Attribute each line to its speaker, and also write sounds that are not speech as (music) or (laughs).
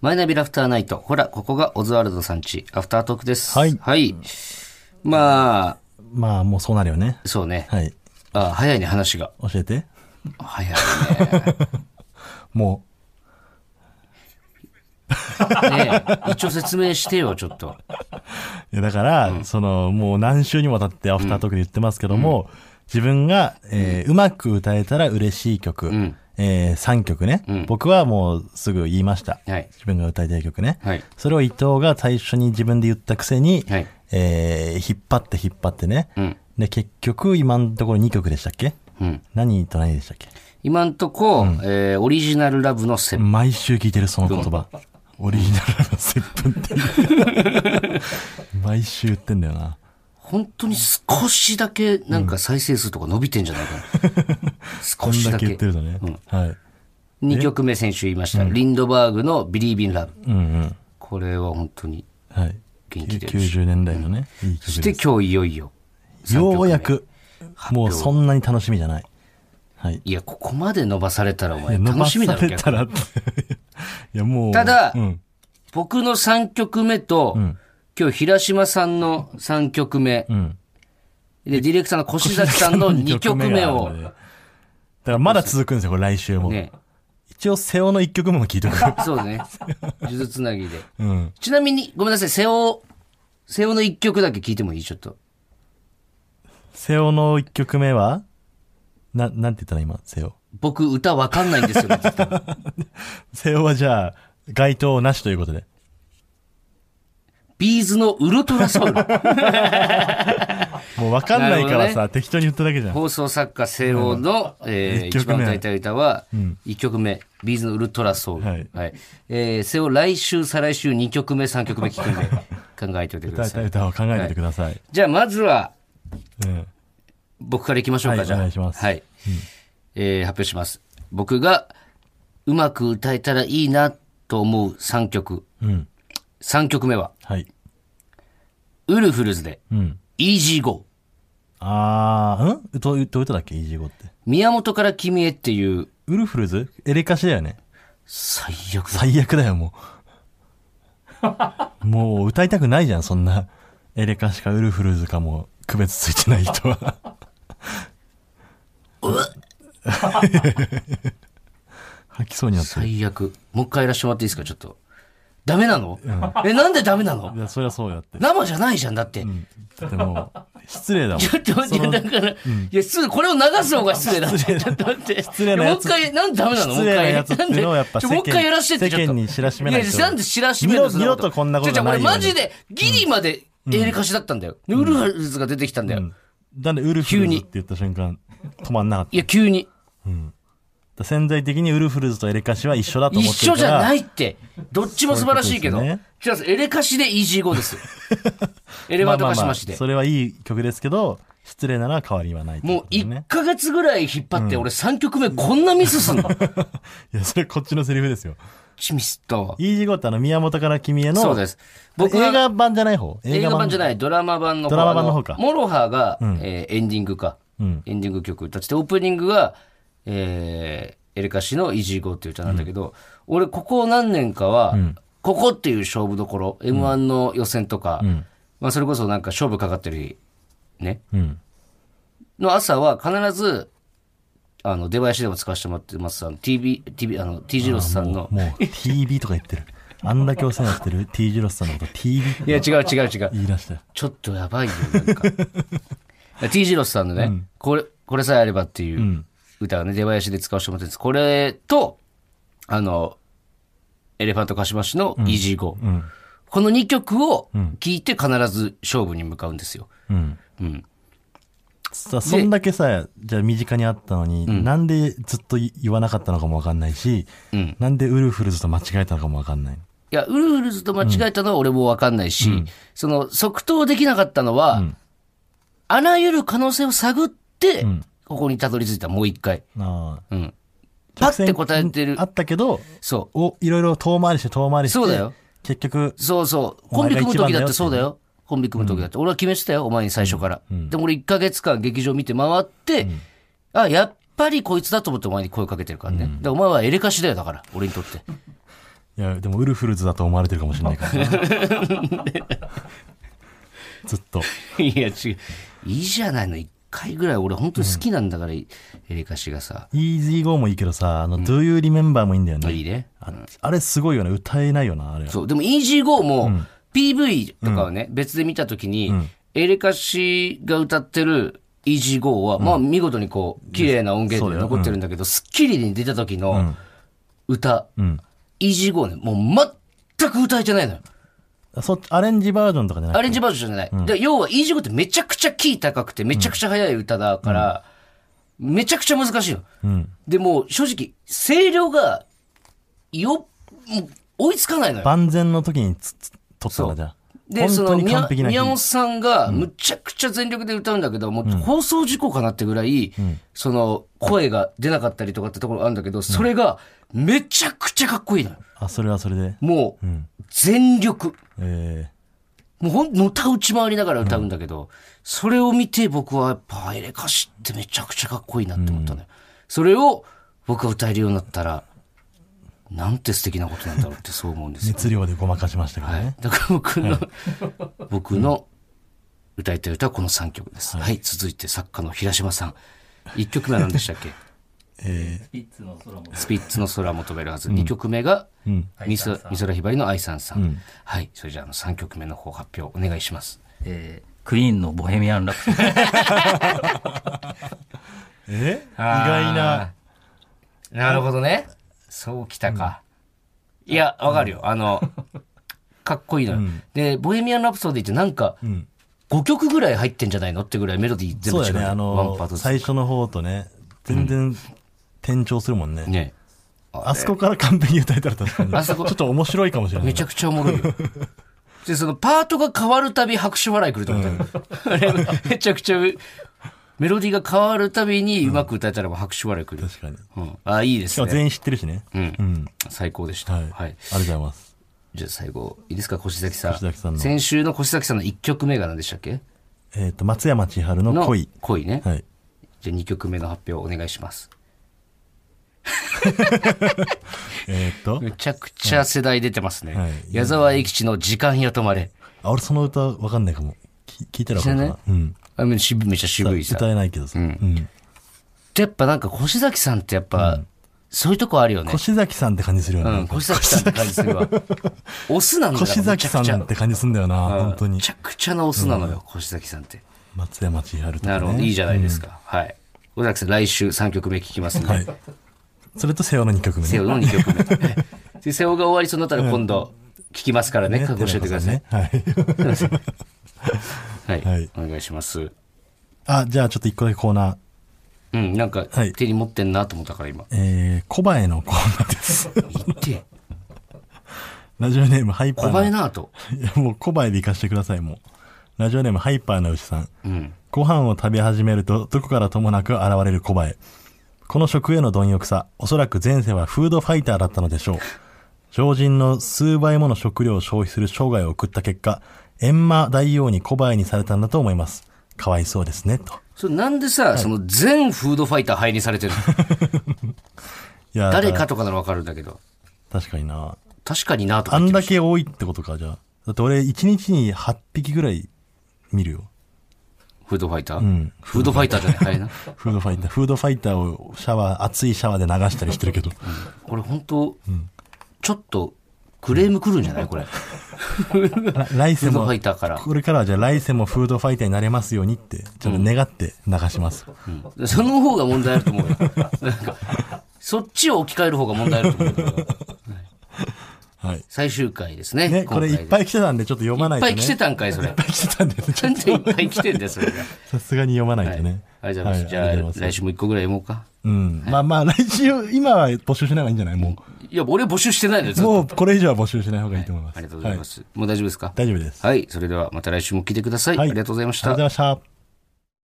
Speaker 1: マイナビラフターナイト。ほら、ここがオズワルドさんち。アフタートークです。
Speaker 2: はい
Speaker 1: はい。まあ、
Speaker 2: まあ、もうそうなるよね。
Speaker 1: そうね。
Speaker 2: はい。
Speaker 1: あ早いね、話が。
Speaker 2: 教えて。
Speaker 1: 早い
Speaker 2: も
Speaker 1: ね。 (laughs) ねえ一応説明してよ、ちょっと。
Speaker 2: う。いや、だから、その、もう何週にもわたってアフタートークで言ってますけども、自分が、えーうまく歌えたら嬉しい曲、
Speaker 1: ん
Speaker 2: え3曲ね、僕はもうすぐ言いました。
Speaker 1: はい
Speaker 2: 自分が歌いたい曲ね。
Speaker 1: はい
Speaker 2: それを伊藤が最初に自分で言ったくせに、
Speaker 1: はい
Speaker 2: えー引っ張って引っ張ってね。
Speaker 1: うん
Speaker 2: で、結局、今のところ2曲でしたっけ
Speaker 1: うん。
Speaker 2: 何と何でしたっけ
Speaker 1: 今んとこ、えーオリジナルラブの先輩。
Speaker 2: 毎週聞いてるその言葉オリジナルの接吻って (laughs) 毎週言ってんだよな
Speaker 1: 本当に少しだけ、なんか再生数とか伸びてんじゃないかな。(laughs) 少
Speaker 2: こん
Speaker 1: し
Speaker 2: だ
Speaker 1: だ
Speaker 2: け
Speaker 1: け
Speaker 2: 言って。るとね、はい
Speaker 1: 2曲目先週言いました。リンドバーグのビリービンラブ。
Speaker 2: うんうん
Speaker 1: これは本当に。
Speaker 2: はい
Speaker 1: 元気で
Speaker 2: 90年代のね、いい
Speaker 1: そ
Speaker 2: 曲
Speaker 1: して
Speaker 2: です
Speaker 1: 今日いよいよ。
Speaker 2: ようやくもうそんなに楽しみじゃないはい
Speaker 1: いや、ここまで伸ばされたらお前
Speaker 2: いや
Speaker 1: 楽しみだろ、
Speaker 2: 伸ば
Speaker 1: 逆
Speaker 2: さ
Speaker 1: に
Speaker 2: れたらって (laughs) いやもう
Speaker 1: ただ
Speaker 2: うん
Speaker 1: 僕の3曲目と、今日平島さんの3曲目、
Speaker 2: ん
Speaker 1: で、ディレクターの越崎さんの2曲目
Speaker 2: があ
Speaker 1: を
Speaker 2: る、のでだからまだ続くんですよこれ来週も、
Speaker 1: ね、
Speaker 2: 一応瀬尾の1曲目も聞いとく
Speaker 1: そうね、呪術つなぎで。
Speaker 2: うん
Speaker 1: ちなみに、ごめんなさい、瀬尾、瀬尾の1曲だけ聞いてもいいちょっと。
Speaker 2: 瀬尾の1曲目はななんて言ったの今瀬尾
Speaker 1: 僕、歌わかんないん
Speaker 2: (laughs)
Speaker 1: ですよ、ね、
Speaker 2: 瀬尾はじゃあ、該当なしということで。
Speaker 1: ビーズのウルトラソウル。
Speaker 2: もう分かんないか
Speaker 1: な
Speaker 2: ら
Speaker 1: るほど
Speaker 2: さ、適当に言っただけじゃん。
Speaker 1: 放送作家西欧の、えー
Speaker 2: 一
Speaker 1: 一
Speaker 2: 曲目
Speaker 1: 番歌いたい歌は、一曲目、ビーズのウルトラソウル。
Speaker 2: は
Speaker 1: はいい。えー、西欧来週、再来週2曲目、3曲目聞くん
Speaker 2: (laughs)
Speaker 1: で、考えておいてく
Speaker 2: 歌
Speaker 1: だ
Speaker 2: いた
Speaker 1: さ
Speaker 2: い
Speaker 1: い。
Speaker 2: 歌を考えておいてください。
Speaker 1: じゃあ、まずは、
Speaker 2: うん。
Speaker 1: 僕からいきましょうか、
Speaker 2: はい
Speaker 1: じゃあ。
Speaker 2: お願いします
Speaker 1: はい。えー発表します。僕が、うまく歌えたらいいな、と思う3曲。
Speaker 2: うん。
Speaker 1: 3曲目は、
Speaker 2: はい。
Speaker 1: ウルフルズで、
Speaker 2: うん。
Speaker 1: イージーゴー。
Speaker 2: あー、うんどうどういう歌だっけ ?EG5 って。
Speaker 1: 宮本から君へっていう、
Speaker 2: ウルフルズエレカシだよね。
Speaker 1: 最悪だ。
Speaker 2: 最悪だよ、も
Speaker 1: (laughs)
Speaker 2: う。もう歌いたくないじゃん、そんな。エレカシかウルフルズかも、区別ついてない人は。 (laughs) 吐きそうになってる。
Speaker 1: 最悪。もう一回やらせてもらっていいですか、ちょっと。ダメなの、え、なんでダメないの
Speaker 2: や、そりゃそうだって。
Speaker 1: 生じゃないじゃん、だって。
Speaker 2: だってもう、失礼だもん。
Speaker 1: ちょっと待って、だから、いや、すぐこれを流す方が失礼だ。ちょっと待って。
Speaker 2: 礼なやつ
Speaker 1: もう一回、なんでダメなのもう
Speaker 2: 失
Speaker 1: 一
Speaker 2: 礼な
Speaker 1: 回。
Speaker 2: やつっていうのをやっぱ
Speaker 1: なんでちょもう一回やらせてって
Speaker 2: 世間
Speaker 1: ちょっと
Speaker 2: 世間に知らしめない
Speaker 1: い
Speaker 2: と
Speaker 1: や、なんで知らしめない
Speaker 2: 二度二度とこんなこと
Speaker 1: じゃ
Speaker 2: ないように
Speaker 1: 俺マジで、ギリまで、エレカシだったんだよ。でウルフルズが出てきたんだよ。
Speaker 2: なんでウルフルズって言った瞬間、止まんなかっ
Speaker 1: いや、急に。
Speaker 2: た。潜在的にウルフルズとエレカシは一緒だと
Speaker 1: 一
Speaker 2: 思って
Speaker 1: 緒
Speaker 2: るか
Speaker 1: じ
Speaker 2: ら。
Speaker 1: ゃないって。どっちも素晴らしいけど。
Speaker 2: そうい
Speaker 1: 違
Speaker 2: う
Speaker 1: う
Speaker 2: こ
Speaker 1: んですエレカシでイージーゴー
Speaker 2: (laughs)
Speaker 1: ですよ。エレ
Speaker 2: ま
Speaker 1: バ
Speaker 2: あ
Speaker 1: ート
Speaker 2: ま
Speaker 1: カ
Speaker 2: あま
Speaker 1: シ
Speaker 2: あ
Speaker 1: マシで。
Speaker 2: それはいい曲ですけど、失礼なら変わりはないとい
Speaker 1: もう
Speaker 2: ことで
Speaker 1: 1
Speaker 2: ね。
Speaker 1: ヶ月ぐらい引っ張って、俺3曲目こんなミスすん
Speaker 2: (laughs)
Speaker 1: の
Speaker 2: いや、それこっちのセリフですよ。
Speaker 1: チミスと。
Speaker 2: イージーゴーってあの、宮本から君への、
Speaker 1: そうです。僕
Speaker 2: 映
Speaker 1: は
Speaker 2: 画版じゃない方
Speaker 1: 映画版じゃ
Speaker 2: い。
Speaker 1: ない、ドラマ版の方
Speaker 2: ドラマ版の方か
Speaker 1: あモロハが、えーエンディングか、エンディング曲歌ってて、オープニングが、えーエレカシのイージーゴーっていう歌なんだけど、俺、ここ何年かは、ここっていう勝負どころ、M1 の予選とか、まあ、それこそなんか勝負かかってる日、ね、
Speaker 2: うん。
Speaker 1: の朝は必ず、あの、出囃子でも使わせてもらってます。あの、TB、TB、あの、T ジロスさんの。
Speaker 2: もう、
Speaker 1: (laughs)
Speaker 2: TB とか言ってる。あんだけお世話になってる T ジロスさんのこと TB
Speaker 1: いや、違う違う違う。
Speaker 2: 言い出したよ。
Speaker 1: ちょっとやばいよ、なん (laughs) か。T ジロスさんのね、これ、これさえあればっていう歌がね、出囃子で使わせてもらってるんです。これと、あの、エレファントカシマシのイージーゴー。この2曲を聴いて必ず勝負に向かうんですよ。
Speaker 2: うん。
Speaker 1: うん。
Speaker 2: さそんだけさ、じゃあ身近にあったのに、なんでずっと言わなかったのかもわかんないし、
Speaker 1: うん
Speaker 2: なんでウルフルズと間違えたのかもわかんない。
Speaker 1: いや、ウルフルズと間違えたのは俺もわかんないし、その、即答できなかったのは、あらゆる可能性を探って、ここにたどり着いた、もう一回。
Speaker 2: ああ。
Speaker 1: うん。パッて答えてる
Speaker 2: あ。ったけど、
Speaker 1: そ
Speaker 2: お、いろいろ遠回りして遠回りして、
Speaker 1: そうだよ
Speaker 2: 結
Speaker 1: う。、
Speaker 2: 局
Speaker 1: そうそう。コンビ組む時だってそうだよ。コンビ組む時だって。俺は決めてたよ、お前に最初から。でも俺1ヶ月間劇場見て回って、あ、やっぱりこいつだと思ってお前に声かけてるからね。で、お前はエレカシだよ、だから、俺にとって。
Speaker 2: いや、でもウルフルズだと思われてるかもしれな
Speaker 1: (laughs)
Speaker 2: いからな。ずっと。
Speaker 1: (laughs) いや、違う。いいじゃないの。一回ぐらい俺本当に好きなんだから、エレカシがさ。
Speaker 2: Easy Go もいいけどさ、あの、Do You Remember もいいんだよね。
Speaker 1: いいね。
Speaker 2: ああれすごいよね。歌えないよな、あれ。
Speaker 1: そう。でも、イージーゴーも、PV とかをね、別で見たときに、エレカシが歌ってるイージーゴーは、まあ、見事にこう、綺麗な音源で残ってるんだけど、スッキリに出た時の歌、イージーゴーね、もう全く歌えてないのよ。
Speaker 2: そっち、アレンジバージョンとかじゃな
Speaker 1: ア
Speaker 2: い
Speaker 1: レンジバージョンじゃない。で要は、イージーゴーってめちゃくちゃキー高くて、めちゃくちゃ速い歌だから、めちゃくちゃ難しいの。で、もう正直、声量が、よ、もう追いつかないのよ。
Speaker 2: 万全の時につつ撮ったんだ、じゃあ。
Speaker 1: で、そ
Speaker 2: 本当
Speaker 1: の
Speaker 2: に
Speaker 1: 宮
Speaker 2: 完璧な日
Speaker 1: 宮本さんが、むちゃくちゃ全力で歌うんだけど、もう放送事故かなってぐらい、その、声が出なかったりとかってところあるんだけど、それが、めちゃくちゃかっこいいのよ。
Speaker 2: あ、それはそれで。
Speaker 1: もう、全力。
Speaker 2: え
Speaker 1: もうほん、のた打ち回りながら歌うんだけど、それを見て僕はやっぱ、エレカシってめちゃくちゃかっこいいなって思ったのよ。それを、僕が歌えるようになったら、なんて素敵なことなんだろうってそう思うんです
Speaker 2: ー、
Speaker 1: よ。
Speaker 2: 熱量でごまかしましたけどね。
Speaker 1: だから僕の、 (laughs) 僕の歌いたい歌はこの3曲です。はい、続いて作家の平島さん。1曲目は何でしたっ (laughs) け
Speaker 2: え
Speaker 3: ピッツの空も
Speaker 1: スピッツの空も飛べるはず。2曲目が、美空美空ひばりの愛さんさん。はい、それじゃああの3曲目の方発表お願いします。
Speaker 3: えークイーンのボヘミアン・ラプソデ
Speaker 2: ー、
Speaker 3: ィ
Speaker 2: え意外な。
Speaker 1: なるほどね。そうきたか。いや、わかるよ。あの、かっこいいのよ。で、ボヘミアン・ラプソディってなんか、5曲ぐらい入ってんじゃないのってぐらいメロディー全部
Speaker 2: そう
Speaker 1: 違
Speaker 2: だ
Speaker 1: う
Speaker 2: よ
Speaker 1: の
Speaker 2: ね。
Speaker 1: よ。
Speaker 2: あ
Speaker 1: ワンパー
Speaker 2: の
Speaker 1: ト、ずつ
Speaker 2: 最初の方とね、全然転調するもんね。
Speaker 1: ね。
Speaker 2: あそこから完璧に歌えたら確か
Speaker 1: (laughs)
Speaker 2: に。
Speaker 1: あそ
Speaker 2: ちょ
Speaker 1: こ
Speaker 2: っと面白いかもしれな
Speaker 1: め
Speaker 2: い
Speaker 1: ち。ゃくちゃおもろい
Speaker 2: (laughs)
Speaker 1: よ。で、そのパートが変わるたび拍手笑い来ると思ったよ、あれめちゃくちゃ、メロディーが変わるたびにうまく歌えたらもう拍手笑い来る。
Speaker 2: 確かに。し
Speaker 1: うん。あ、いいです
Speaker 2: かも
Speaker 1: ね。
Speaker 2: 全員知ってるしね。
Speaker 1: うん。
Speaker 2: うん。
Speaker 1: 最高でした。
Speaker 2: は。
Speaker 1: はいい。
Speaker 2: ありがとうございます。
Speaker 1: じゃあ最後、いいですか、越崎さん。
Speaker 2: 越崎さんの
Speaker 1: 先週の越崎さんの1曲目が何でしたっけ
Speaker 2: えっと、松山千春の恋。。
Speaker 1: 恋ね。
Speaker 2: はい。
Speaker 1: じゃあ2曲目の発表お願いします。
Speaker 2: えっと、
Speaker 1: めちゃくちゃ世代出てますね。
Speaker 2: はい
Speaker 1: 矢沢永吉の時間や止まれ。
Speaker 2: あ、俺その歌わかんないかも。き聞いたらわかるか
Speaker 1: 知ら
Speaker 2: な。うん。
Speaker 1: あめしめちゃ渋いさ。
Speaker 2: 歌えないけどさ。うん。
Speaker 1: やっぱなんか越崎さんってやっぱ、そういうとこあるよね。
Speaker 2: 越崎さんって感じするよ
Speaker 1: うん、
Speaker 2: ね。
Speaker 1: 越崎さんって感じするわ。オスなんだから
Speaker 2: 越崎さ
Speaker 1: めちゃ
Speaker 2: ん
Speaker 1: く
Speaker 2: っ
Speaker 1: ち
Speaker 2: て感じすんだよな、
Speaker 1: ゃ
Speaker 2: 本当に
Speaker 1: めち。ゃくちゃなオスなのよ、越崎さんって。
Speaker 2: 松山千春とかね。
Speaker 1: なるほど、いいじゃないですか。はい。越崎さん、来週3曲目聴きますん
Speaker 2: はい
Speaker 1: で。。
Speaker 2: それと瀬尾の2曲目ね。
Speaker 1: 瀬尾の2曲
Speaker 2: (laughs)
Speaker 1: 目え。で、瀬尾が終わりそうになったら今度聴きますからね、覚悟しておいてください。
Speaker 2: 寺中さんねはい。
Speaker 1: はい
Speaker 2: はい。
Speaker 1: お願いします。
Speaker 2: あ、じゃあちょっと一個だけコーナー。
Speaker 1: うん、なんか
Speaker 2: はい
Speaker 1: 手に持ってんなと思ったから今。
Speaker 2: えー、コバエのコーナーです。 (laughs)
Speaker 1: 言って、
Speaker 2: ラジオネームハイパー
Speaker 1: (laughs) 小
Speaker 2: な。
Speaker 1: 林なぁと。
Speaker 2: いや、もうコバエで行かしてください、もう。ラジオネームハイパーな牛さん。
Speaker 1: うん。
Speaker 2: ご飯を食べ始めると、どこからともなく現れるコバエ。この食への貪欲さ、おそらく前世はフードファイターだったのでしょう。常人の数倍もの食料を消費する生涯を送った結果、閻魔大王にコバエにされたんだと思います。かわいそうですね、と。
Speaker 1: それなんでさ、その全フードファイター配任されてる
Speaker 2: (laughs)
Speaker 1: の
Speaker 2: いや、
Speaker 1: 誰
Speaker 2: だ
Speaker 1: からとかならわかるんだけど。
Speaker 2: 確かにな。
Speaker 1: 確かになぁとか
Speaker 2: あ
Speaker 1: 言っ
Speaker 2: ん
Speaker 1: てる
Speaker 2: だ
Speaker 1: し
Speaker 2: け多いってことか、じゃあ。だって俺、1日に8匹ぐらい見るよ。
Speaker 1: フードファイター、
Speaker 2: ん
Speaker 1: フードファイターじゃない、早いな。
Speaker 2: フードファイター。フードファイターをシャワー、熱いシャワーで流したりしてるけど。
Speaker 1: これ本当、ちょっとクレーム来るんじゃないこれ。
Speaker 2: ら来
Speaker 1: フ
Speaker 2: 世
Speaker 1: ード
Speaker 2: も
Speaker 1: ファ、イターから。
Speaker 2: これからはじゃあ来世もフードファイターになれますようにって、ちょっと願って流します。
Speaker 1: その方が問題あると思うよ。なんか、そっちを置き換える方が問題あると思うけど。
Speaker 2: はい。
Speaker 1: 最終回ですね。
Speaker 2: ね、これいっぱい来てたんでちょっと読まない
Speaker 1: い
Speaker 2: と
Speaker 1: ぱ
Speaker 2: ね。
Speaker 1: い来て
Speaker 2: いった
Speaker 1: んかい、
Speaker 2: (laughs)
Speaker 1: それ。
Speaker 2: ぱい来てたんで、ち
Speaker 1: な
Speaker 2: ょ
Speaker 1: んでいっぱい来てんだよ、それが。
Speaker 2: さすがに読まないとね。
Speaker 1: ありがとうございます。じ
Speaker 2: は
Speaker 1: ゃ
Speaker 2: い
Speaker 1: あ
Speaker 2: りがとうご、ざいま
Speaker 1: 来週も一個ぐらい読もうか。
Speaker 2: すうん。まあまあ、来週、今は募集しない方がいいんじゃないも
Speaker 1: いや、俺募集してないのよ、ず
Speaker 2: う。
Speaker 1: っと
Speaker 2: もうこれ以上は募集しない方がいいと思います。
Speaker 1: ありがとうございま
Speaker 2: は。
Speaker 1: す。もう大丈夫ですか
Speaker 2: 大丈夫です。
Speaker 1: はい。それではまた来週も聞いてください。
Speaker 2: は
Speaker 1: ありがとうございました
Speaker 2: あり。がとうございました。